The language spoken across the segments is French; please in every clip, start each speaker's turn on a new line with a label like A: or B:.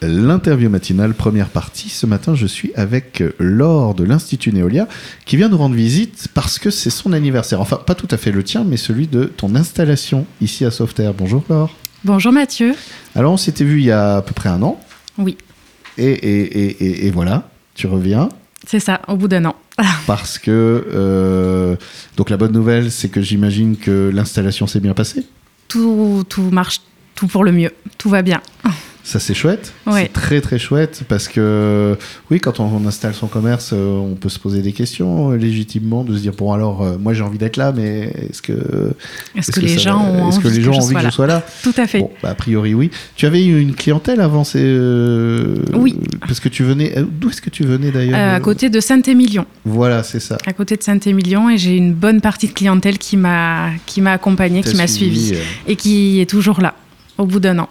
A: l'interview matinale, première partie. Ce matin, je suis avec euh, Laure de l'Institut Néolia qui vient nous rendre visite parce que c'est son anniversaire. Enfin, pas tout à fait le tien, mais celui de ton installation ici à Sauveterre. Bonjour Laure.
B: Bonjour Mathieu.
A: Alors, on s'était vu il y a à peu près un an.
B: Oui,
A: Et, et- et- et- et voilà, tu reviens.
B: c'est ça, au bout d'un an.
A: Parce que. euh, donc, la bonne nouvelle, c'est que j'imagine que l'installation s'est bien passée.
B: Tout, tout marche, tout pour le mieux, tout va bien.
A: Ça, c'est chouette.
B: Ouais.
A: C'est très, très chouette parce que, oui, quand on, on installe son commerce, euh, on peut se poser des questions euh, légitimement, de se dire, bon, alors, euh, moi, j'ai envie d'être là, mais est-ce que.
B: Est-ce
A: est-ce
B: que, les
A: ça-
B: gens ont
A: est-ce
B: envie
A: que les gens ont
B: je
A: envie
B: sois
A: que
B: là
A: je sois là
B: Tout à fait.
A: Bon, bah, a priori, oui. Tu avais eu une clientèle avant, c'est. euh,
B: Oui.
A: Parce que tu venais. euh, D'où est-ce que tu venais d'ailleurs
B: Euh, à côté de Saint-Émilion,
A: Voilà, c'est ça.
B: à côté de Saint-Émilion, et j'ai une bonne partie de clientèle qui m'a qui m'a accompagnée, qui
A: T'as
B: m'a suivie
A: euh,
B: et qui est toujours là au bout d'un an.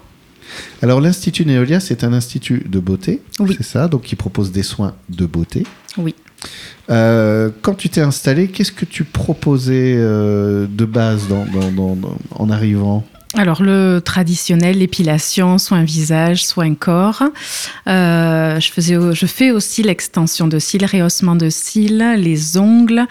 A: Alors l'Institut Néolia, c'est un institut de beauté,
B: Oui.
A: c'est ça, donc qui propose des soins de beauté.
B: Oui.
A: Euh, quand tu t'es installé, qu'est-ce que tu proposais euh, de base dans- dans- dans- dans- en arrivant
B: Alors le traditionnel, l'épilation, soin visage, soin corps. Euh, je, faisais, je fais aussi l'extension de cils, rehaussement de cils, les ongles,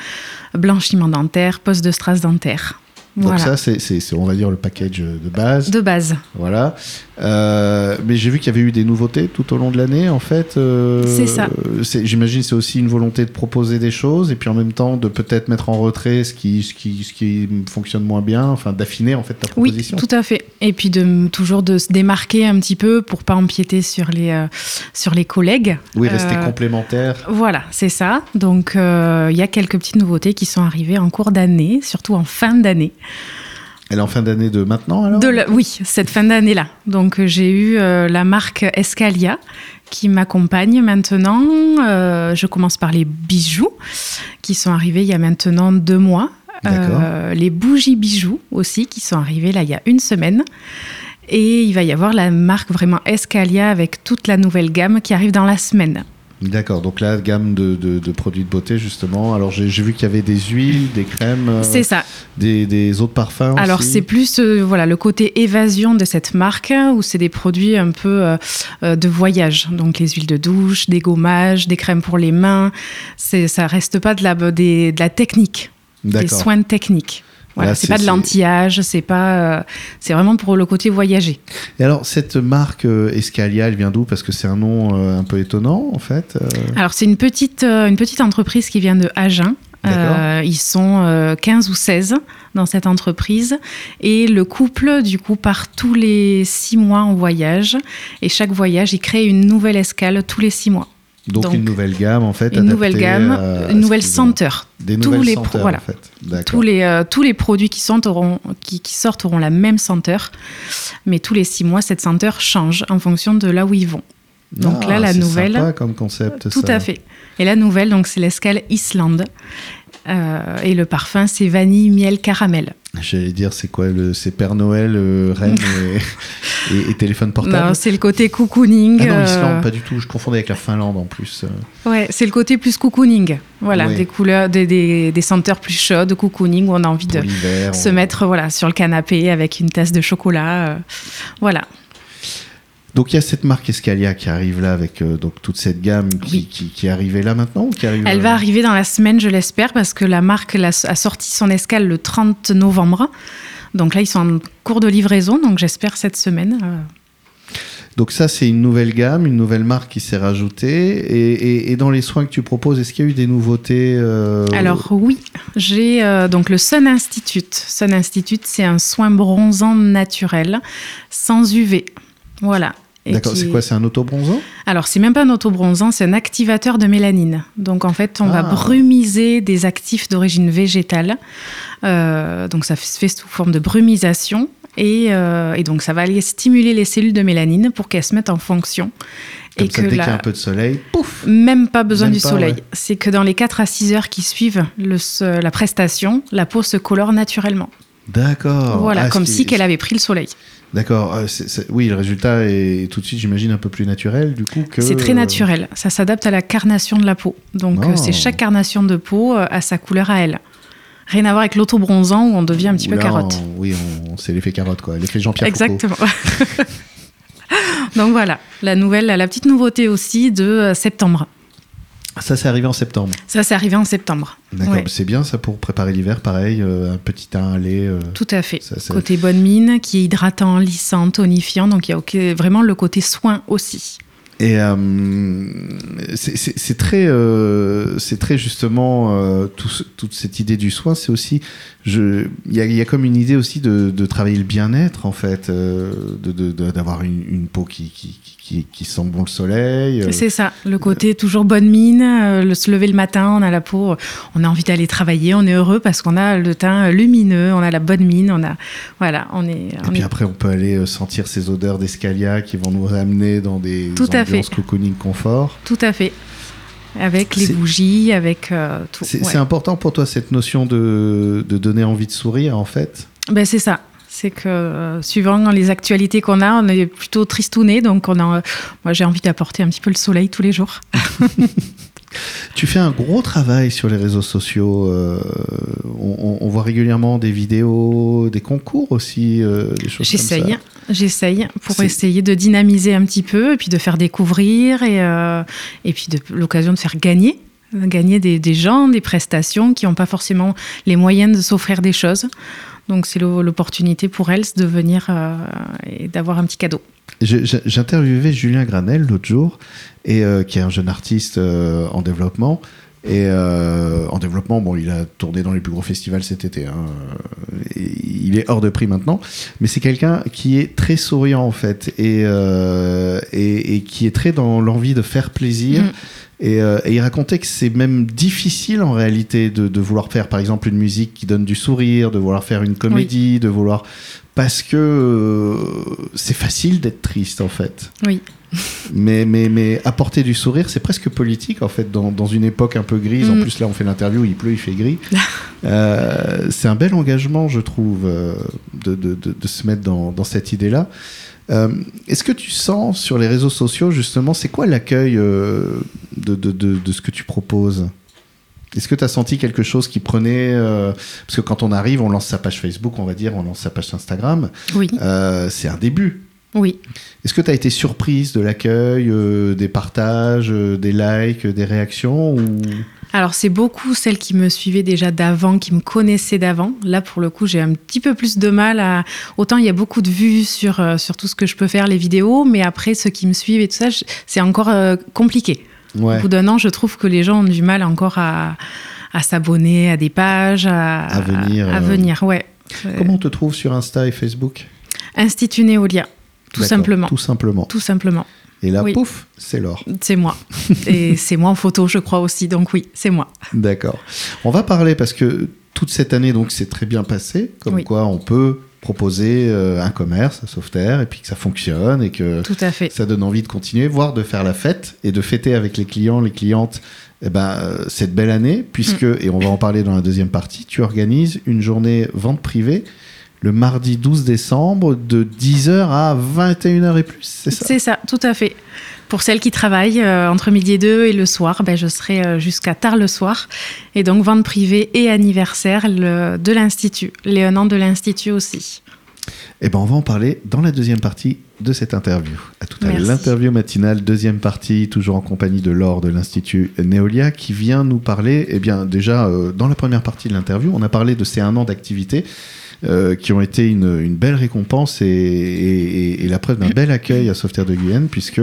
B: blanchiment dentaire, pose de strass dentaire.
A: Donc
B: Voilà.
A: ça, c'est, c'est- c'est, on va dire le package de base.
B: de base.
A: Voilà. Euh, mais j'ai vu qu'il y avait eu des nouveautés tout au long de l'année, en fait. Euh,
B: C'est ça.
A: c'est- j'imagine que c'est aussi une volonté de proposer des choses et puis en même temps de peut-être mettre en retrait ce qui, ce qui, ce qui fonctionne moins bien, enfin d'affiner en fait ta
B: Oui,
A: proposition.
B: tout à fait. Et puis de, toujours de se démarquer un petit peu pour pas empiéter sur les, euh, sur les collègues.
A: Oui, rester
B: Euh,
A: complémentaire.
B: Voilà, c'est ça. Donc euh, il y a quelques petites nouveautés qui sont arrivées en cours d'année, surtout en fin d'année.
A: Elle est en fin d'année de maintenant alors
B: De la- oui, cette fin d'année-là. Donc euh, j'ai eu euh, la marque Escalia qui m'accompagne maintenant. Euh, je commence par les bijoux qui sont arrivés il y a maintenant deux mois.
A: D'accord.
B: Euh, les bougies bijoux aussi qui sont arrivées là il y a une semaine. Et il va y avoir la marque vraiment Escalia avec toute la nouvelle gamme qui arrive dans la semaine.
A: D'accord, donc là, gamme de, de- de produits de beauté justement. Alors j'ai j'ai vu qu'il y avait des huiles, des crèmes, euh,
B: C'est ça.
A: des, des eaux de parfum.
B: Alors
A: aussi.
B: c'est plus euh, voilà le côté évasion de cette marque hein, où c'est des produits un peu euh, euh, de voyage donc les huiles de douche, des gommages, des crèmes pour les mains, c'est ça reste pas de la des- de la technique, des
A: D'accord.
B: soins techniques. Voilà,
A: Là,
B: c'est
A: c'est-
B: pas de
A: c'est-
B: l'anti-âge, c'est pas euh, c'est vraiment pour le côté voyager.
A: Et alors cette marque euh, Escalia, elle vient d'où Parce que c'est un nom euh, un peu étonnant en fait. euh.
B: Alors c'est une petite euh, une petite entreprise qui vient de Agen.
A: D'accord.
B: Euh, ils sont euh, 15 ou 16 dans cette entreprise et le couple du coup part tous les six mois en voyage et chaque voyage il crée une nouvelle escale tous les six mois
A: donc,
B: donc,
A: une nouvelle gamme en fait.
B: une nouvelle
A: adaptée
B: gamme
A: à- à
B: une
A: ce
B: nouvelle
A: qu'ils ont.
B: senteur
A: Des
B: tous
A: nouvelles
B: les
A: senteurs,
B: pro- voilà.
A: en fait. D'accord.
B: tous les euh, tous les produits qui sortent auront qui, qui sortent auront la même senteur mais tous les six mois cette senteur change en fonction de là où ils vont donc là, la
A: Ah, c'est
B: nouvelle-
A: sympa comme concept.
B: Tout
A: ça.
B: à fait. Et la nouvelle, donc, c'est l'escale Islande. Euh, et le parfum, c'est vanille, miel, caramel.
A: J'allais dire, c'est quoi le... C'est Père Noël, euh, Reine et... et- et téléphone portable.
B: Non, Bah, C'est le côté cocooning.
A: Ah non,
B: euh,
A: Islande, pas du tout. Je confondais avec la Finlande en plus. euh.
B: ouais, c'est le côté plus cocooning. Voilà,
A: Ouais.
B: des couleurs, des, des, des senteurs plus chaudes, cocooning, où on a envie de
A: Pour l'hiver,
B: se
A: on-
B: mettre voilà, sur le canapé avec une tasse de chocolat. euh, voilà.
A: Donc il y a cette marque Escalia qui arrive là avec euh, donc toute cette gamme qui,
B: Oui.
A: qui, qui est arrivée là maintenant ou qui arrive.
B: Elle
A: euh,
B: va arriver dans la semaine, je l'espère, parce que la marque l'a- a sorti son escale le 30 novembre. Donc là, ils sont en cours de livraison, donc j'espère cette semaine. euh,
A: Donc ça c'est une nouvelle gamme, une nouvelle marque qui s'est rajoutée et, et- et dans les soins que tu proposes, est-ce qu'il y a eu des nouveautés euh,
B: Alors oui, j'ai euh, donc le Sun Institute. Sun Institute, c'est un soin bronzant naturel sans UV. Voilà. Et
A: D'accord,
B: qui
A: c'est
B: est-
A: quoi C'est un autobronzant
B: Alors c'est même pas un autobronzant, c'est un activateur de mélanine. Donc en fait, on va
A: Ah.
B: brumiser des actifs d'origine végétale. Euh, donc ça se fait sous forme de brumisation. Et, euh, et donc ça va aller stimuler les cellules de mélanine pour qu'elles se mettent en fonction.
A: Comme
B: et
A: ça,
B: que
A: dès qu'il y a
B: la-
A: un peu de soleil, pouf
B: même pas besoin
A: Même
B: du
A: pas,
B: soleil.
A: ouais.
B: C'est que dans les 4 à 6 heures qui suivent le, ce- la prestation, la peau se colore naturellement.
A: D'accord.
B: voilà,
A: Ah, ce
B: comme
A: qui-
B: si qu'elle avait pris le soleil.
A: D'accord. euh, c'est- c'est- Oui, le résultat est tout de suite, j'imagine, un peu plus naturel du coup que. euh,
B: C'est très naturel. Ça s'adapte à la carnation de la peau. Donc
A: Oh.
B: euh, c'est chaque carnation de peau euh, à sa couleur à elle. Rien à voir avec l'auto-bronzant où on devient un petit
A: Oula,
B: peu carotte.
A: on- Oui, on... c'est l'effet carotte quoi, l'effet Jean-Pierre Foucault.
B: Exactement. Donc voilà, la nouvelle, la petite nouveauté aussi de euh, septembre.
A: Ça, c'est arrivé en septembre.
B: Ça, c'est arrivé en septembre.
A: D'accord.
B: Ouais.
A: C'est bien ça pour préparer l'hiver, pareil, euh, un petit thym à lait. euh,
B: Tout à fait.
A: ça, ça-
B: Côté bonne mine, qui est hydratant, lissant, tonifiant, donc il y a ok- vraiment le côté soin aussi.
A: Et euh, c'est- c'est c'est très, euh, c'est très justement euh, tout ce- toute cette idée du soin. C'est aussi, je- il y a, il y a comme une idée aussi de, de travailler le bien-être en fait, euh, de- de- de- d'avoir une, une peau qui, qui, qui- qui- qui sent bon le soleil. euh,
B: C'est ça, le côté toujours bonne mine, euh, le se lever le matin, on a la peau, on a envie d'aller travailler, on est heureux parce qu'on a le teint lumineux, on a la bonne mine, on a, voilà, on est,
A: Et
B: on
A: puis
B: est-
A: après, on peut aller euh, sentir ces odeurs d'escalia qui vont nous amener dans des
B: Tout à fait.
A: ambiances cocooning confort.
B: tout à fait, avec les
A: C'est-
B: bougies, avec euh, tout.
A: C'est
B: ouais.
A: c'est important pour toi cette notion de, de donner envie de sourire en fait.
B: Ben, c'est ça. C'est que euh, suivant les actualités qu'on a, on est plutôt tristouné, donc on a, euh, moi j'ai envie d'apporter un petit peu le soleil tous les jours.
A: Tu fais un gros travail sur les réseaux sociaux. euh, on, on- on voit régulièrement des vidéos, des concours aussi, euh, des choses comme ça.
B: J'essaye, j'essaye pour
A: C'est-
B: essayer de dynamiser un petit peu et puis de faire découvrir et, euh, et puis de l'occasion de faire gagner gagner des, des gens, des prestations qui n'ont pas forcément les moyens de s'offrir des choses. Donc c'est l'o- l'opportunité pour elles de venir euh, et d'avoir un petit cadeau.
A: Je- je- J'interviewais Julien Granel l'autre jour, et, euh, qui est un jeune artiste euh, en développement. Et euh, en développement, bon, il a tourné dans les plus gros festivals cet été. hein. Et il est hors de prix maintenant, mais c'est quelqu'un qui est très souriant en fait, et, euh, et, et qui est très dans l'envie de faire plaisir.
B: Mm.
A: Et, euh, et il racontait que c'est même difficile en réalité de, de vouloir faire par exemple une musique qui donne du sourire, de vouloir faire une comédie, de vouloir parce que euh, c'est facile d'être triste en fait.
B: Oui.
A: Mais, mais, mais apporter du sourire, c'est presque politique en fait, dans, dans une époque un peu grise. En
B: Mm.
A: plus, là, on fait l'interview, il pleut, il fait gris. Euh, c'est un bel engagement, je trouve, euh, de, de, de, de se mettre dans, dans cette idée-là. Euh, Est-ce que tu sens sur les réseaux sociaux, justement, c'est quoi l'accueil euh, de, de, de, de ce que tu proposes Est-ce que tu as senti quelque chose qui prenait. euh, parce que quand on arrive, on lance sa page Facebook, on va dire, on lance sa page Instagram.
B: Oui,
A: Euh, c'est un début.
B: oui.
A: Est-ce que tu as été surprise de l'accueil, euh, des partages, euh, des likes, euh, des réactions ou...
B: Alors, c'est beaucoup celles qui me suivaient déjà d'avant, qui me connaissaient d'avant. Là, pour le coup, j'ai un petit peu plus de mal à. Autant il y a beaucoup de vues sur, euh, sur tout ce que je peux faire, les vidéos, mais après, ceux qui me suivent et tout ça, je- c'est encore euh, compliqué.
A: Ouais.
B: Au bout d'un an, je trouve que les gens ont du mal encore à, à s'abonner à des pages, à,
A: À venir,
B: À,
A: euh,
B: venir, ouais. Euh,
A: Comment on te trouve sur Insta et Facebook
B: Institut Néolia, tout
A: D'accord,
B: simplement.
A: Tout simplement.
B: Tout simplement.
A: Et là,
B: Oui.
A: pouf, c'est l'or.
B: C'est moi. et c'est moi en photo, je crois aussi. Donc, oui, c'est moi.
A: D'accord. On va parler parce que toute cette année, donc, c'est très bien passé. Comme
B: Oui.
A: quoi, on peut proposer euh, un commerce à Sauveterre et puis que ça fonctionne et que
B: Tout à fait.
A: ça donne envie de continuer, voire de faire la fête et de fêter avec les clients, les clientes, eh ben, euh, cette belle année, puisque, et on va en parler dans la deuxième partie, tu organises une journée vente privée le mardi 12 décembre de 10h à 21h et plus, c'est ça
B: C'est ça, tout à fait. Pour celles qui travaillent euh, entre midi et deux et le soir, ben, je serai euh, jusqu'à tard le soir. Et donc, vente privée et anniversaire le- de l'Institut, les un an de l'Institut aussi.
A: Eh ben, on va en parler dans la deuxième partie de cette interview. À tout à l'heure.
B: Merci.
A: L'interview matinale, deuxième partie, toujours en compagnie de Laure de l'Institut Neolia, qui vient nous parler, eh bien, déjà, euh, dans la première partie de l'interview, on a parlé de ces un an d'activité euh, qui ont été une, une belle récompense et, et- et- et la preuve d'un bel accueil à Sauveterre de Guyenne, puisque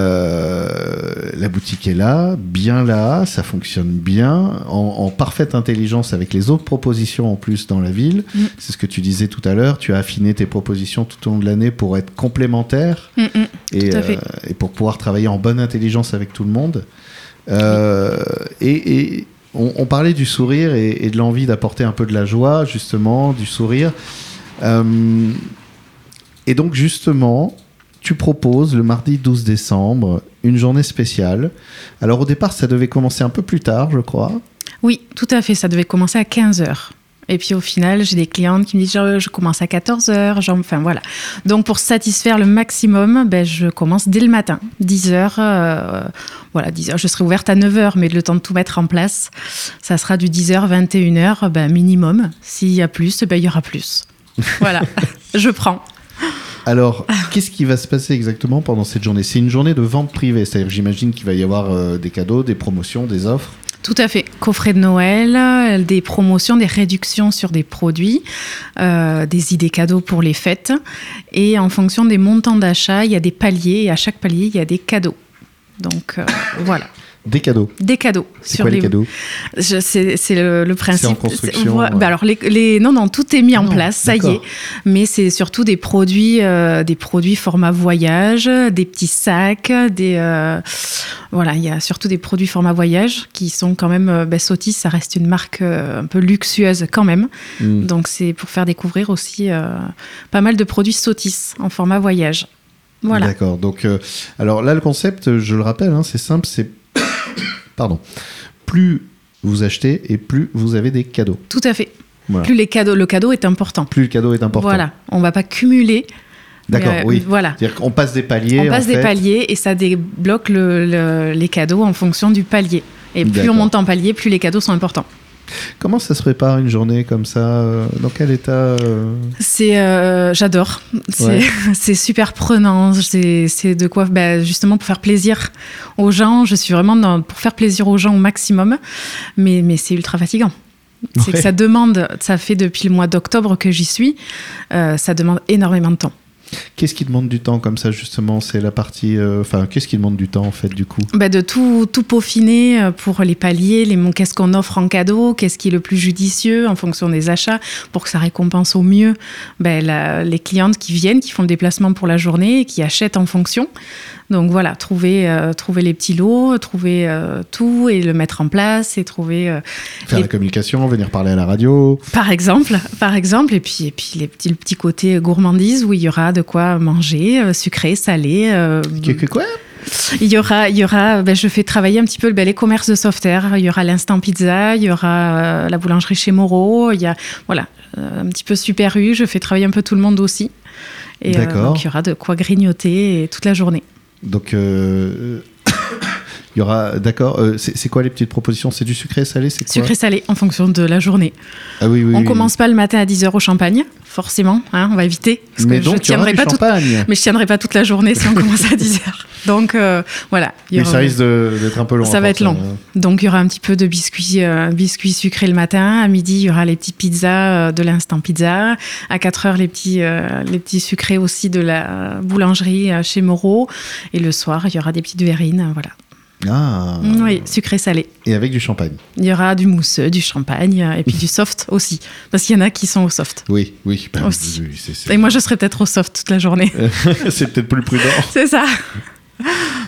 A: euh, la boutique est là, bien là, ça fonctionne bien, en, en parfaite intelligence avec les autres propositions en plus dans la ville.
B: Mm.
A: C'est ce que tu disais tout à l'heure, tu as affiné tes propositions tout au long de l'année pour être complémentaires
B: Mm,
A: et,
B: mm.
A: euh,
B: Tout à fait.
A: et pour pouvoir travailler en bonne intelligence avec tout le monde. Euh, et et on, on parlait du sourire et, et de l'envie d'apporter un peu de la joie, justement, du sourire. Euh, et donc, justement, tu proposes le mardi 12 décembre une journée spéciale. Alors, au départ, ça devait commencer un peu plus tard, je crois.
B: Oui, tout à fait, ça devait commencer à 15h. Et puis au final, j'ai des clientes qui me disent je, je commence à 14h, genre, enfin voilà. Donc pour satisfaire le maximum, ben, je commence dès le matin, 10h. voilà, 10h, je serai ouverte à 9h, mais le temps de tout mettre en place, ça sera du 10h, 21h ben, minimum. S'il y a plus, ben, il y aura plus. Voilà, je prends.
A: Alors, qu'est-ce qui va se passer exactement pendant cette journée C'est une journée de vente privée, c'est-à-dire j'imagine qu'il va y avoir euh, des cadeaux, des promotions, des offres.
B: Tout à fait. Coffret de Noël, euh, des promotions, des réductions sur des produits, euh, des idées cadeaux pour les fêtes. Et en fonction des montants d'achat, il y a des paliers. Et à chaque palier, il y a des cadeaux. Donc euh, voilà,
A: Des cadeaux.
B: des cadeaux.
A: C'est quoi les cadeaux
B: Je- C'est c'est le, le principe.
A: en construction,
B: C'est- ouais,
A: ouais.
B: bah alors les, les- non, non, tout est mis en
A: Non,
B: place, ça y est.
A: d'accord.
B: Mais c'est surtout des produits, euh, des produits format voyage, des petits sacs, des euh, voilà, il y a surtout des produits format voyage qui sont quand même. euh, bah, Sotis, ça reste une marque euh, un peu luxueuse quand même.
A: Hmm.
B: Donc c'est pour faire découvrir aussi euh, pas mal de produits Sotis en format voyage. Voilà.
A: D'accord. Donc, euh, alors là, le concept, euh, je le rappelle, hein, c'est simple, c'est. Pardon. Plus vous achetez et plus vous avez des cadeaux.
B: Tout à fait.
A: Voilà.
B: Plus les cadeaux, le cadeau est important.
A: Plus le cadeau est important.
B: Voilà, on va pas cumuler.
A: D'accord,
B: mais, euh,
A: oui.
B: Voilà,
A: C'est-à-dire qu'on passe des paliers.
B: on
A: en
B: passe des
A: fait.
B: paliers et ça débloque le- le- les cadeaux en fonction du palier. Et plus
A: D'accord.
B: on monte en palier, plus les cadeaux sont importants.
A: Comment ça se prépare une journée comme ça euh, Dans quel état euh,
B: C'est, euh, j'adore. C'est,
A: Ouais.
B: c'est super prenant. C'est, c'est de quoi, bah, justement, pour faire plaisir aux gens. Je suis vraiment dans- pour faire plaisir aux gens au maximum. Mais, mais c'est ultra fatigant. C'est que
A: Ouais.
B: ça demande, ça fait depuis le mois d'octobre que j'y suis, euh, ça demande énormément de temps.
A: Qu'est-ce qui demande du temps comme ça justement C'est la partie. euh, Enfin, qu'est-ce qui demande du temps en fait du coup
B: Bah, de tout, tout peaufiner euh, pour les paliers, les mon- qu'est-ce qu'on offre en cadeau, qu'est-ce qui est le plus judicieux en fonction des achats, pour que ça récompense au mieux ben, la- les clientes qui viennent, qui font le déplacement pour la journée et qui achètent en fonction. Donc voilà, trouver, euh, trouver les petits lots, trouver euh, tout et le mettre en place et trouver, euh,
A: Faire
B: Et-
A: la communication, venir parler à la radio.
B: par exemple, par exemple, et puis, et puis les petits, le petit côté gourmandise où il y aura de quoi manger, euh, sucré, salé. euh,
A: Que- que- quoi
B: il y aura, il y aura ben, je fais travailler un petit peu ben, les commerces de software. Il y aura l'instant pizza, il y aura euh, la boulangerie chez Moreau, il y a voilà, euh, un petit peu Super U. Je fais travailler un peu tout le monde aussi. Et euh,
A: D'accord.
B: donc il y aura de quoi grignoter et toute la journée.
A: Donc. euh, Il y aura, d'accord, euh, c'est c'est quoi les petites propositions C'est du sucré salé C'est quoi
B: Sucré salé en fonction de la journée.
A: Ah oui, oui,
B: on
A: oui.
B: commence pas le matin à 10h au champagne, forcément, hein, on va éviter. Parce
A: Mais
B: que
A: donc,
B: je
A: il y aura
B: tiendrai
A: du
B: pas toute...
A: champagne.
B: Mais je tiendrai pas toute la journée si on commence à 10h. Donc euh, voilà. il y
A: Mais
B: aura-
A: ça risque de- d'être un peu long.
B: Ça
A: à
B: va
A: force,
B: être long.
A: hein.
B: Donc il y aura un petit peu de biscuits, euh, biscuits sucrés le matin. À midi, il y aura les petites pizzas euh, de l'instant pizza. À 4 heures, les petits, euh, les petits sucrés aussi de la euh, boulangerie euh, chez Moreau. Et le soir, il y aura des petites verrines. euh, Voilà.
A: Ah.
B: Oui, sucré salé.
A: Et avec du champagne.
B: Il y aura du mousseux, du champagne euh, et puis du soft aussi. Parce qu'il y en a qui sont au soft.
A: Oui, oui. bah,
B: Aussi.
A: oui, oui, c'est- c'est-
B: Et moi, je serai peut-être au soft toute la journée.
A: c'est peut-être plus prudent.
B: C'est ça.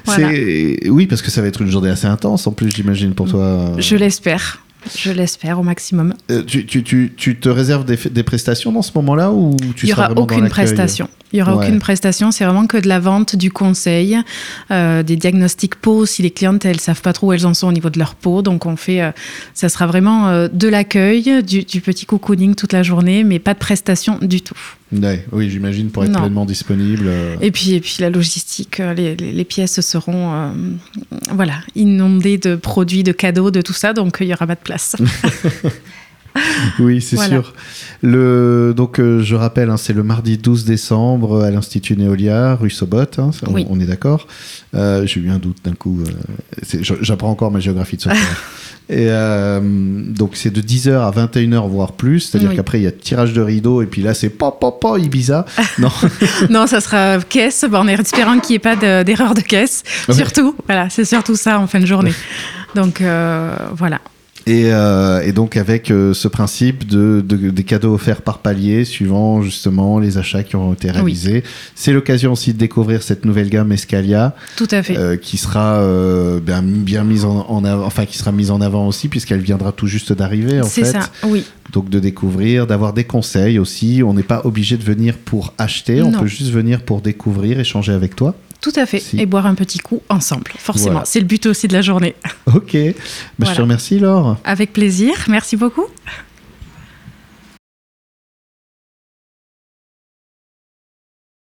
B: Voilà.
A: C'est- Oui, parce que ça va être une journée assez intense en plus, j'imagine, pour toi.
B: Je l'espère. Je l'espère au maximum.
A: Euh, tu, tu- tu- tu te réserves des, des prestations dans ce moment-là ou tu
B: Il n'y
A: seras
B: aura
A: vraiment dans
B: aucune
A: l'accueil
B: prestation. Il n'y aura
A: Ouais.
B: aucune prestation, c'est vraiment que de la vente, du conseil, euh, des diagnostics peau, si les clientes, elles savent pas trop où elles en sont au niveau de leur peau. Donc, on fait, euh, ça sera vraiment euh, de l'accueil, du, du petit cocooning toute la journée, mais pas de prestation du tout.
A: Ouais, Oui, j'imagine, pour être
B: Non.
A: pleinement disponible. euh,
B: Et puis, et puis la logistique, euh, les, les- les pièces seront euh, voilà, inondées de produits, de cadeaux, de tout ça, donc il n'y aura pas de place.
A: Oui, c'est
B: Voilà.
A: sûr. Le, donc, euh, je rappelle, hein, c'est le mardi 12 décembre euh, à l'Institut Néolia, rue Sobot. hein, ça, on,
B: Oui.
A: on est d'accord. Euh, J'ai eu un doute d'un coup. euh, c'est- je- J'apprends encore ma géographie de Sophia. Et euh, donc, c'est de 10h à 21h, voire plus. C'est-à-dire
B: Oui.
A: qu'après, il y a tirage de rideau et puis là, c'est pa, pa, pa, Ibiza. Non,
B: non, ça sera caisse, bon, en espérant qu'il n'y ait pas de- d'erreur de caisse.
A: Ouais.
B: Surtout, voilà, c'est surtout ça en fin de journée. Donc euh, voilà,
A: Et, euh, et donc avec euh, ce principe de, de- des cadeaux offerts par palier suivant justement les achats qui ont été réalisés. C'est l'occasion aussi de découvrir cette nouvelle gamme Escalia
B: tout à fait.
A: euh, qui sera euh, bien, bien mise en, en avant, enfin qui sera mise en avant aussi puisqu'elle viendra tout juste d'arriver en
B: c'est
A: fait.
B: ça, oui.
A: Donc de découvrir, d'avoir des conseils aussi. On n'est pas obligé de venir pour acheter, on
B: Non.
A: peut juste venir pour découvrir, échanger avec toi.
B: Tout à fait.
A: Si.
B: Et boire un petit coup ensemble, forcément.
A: Voilà.
B: C'est le but aussi de la journée.
A: Ok, Bah, je te
B: Voilà.
A: remercie Laure.
B: Avec plaisir. Merci beaucoup.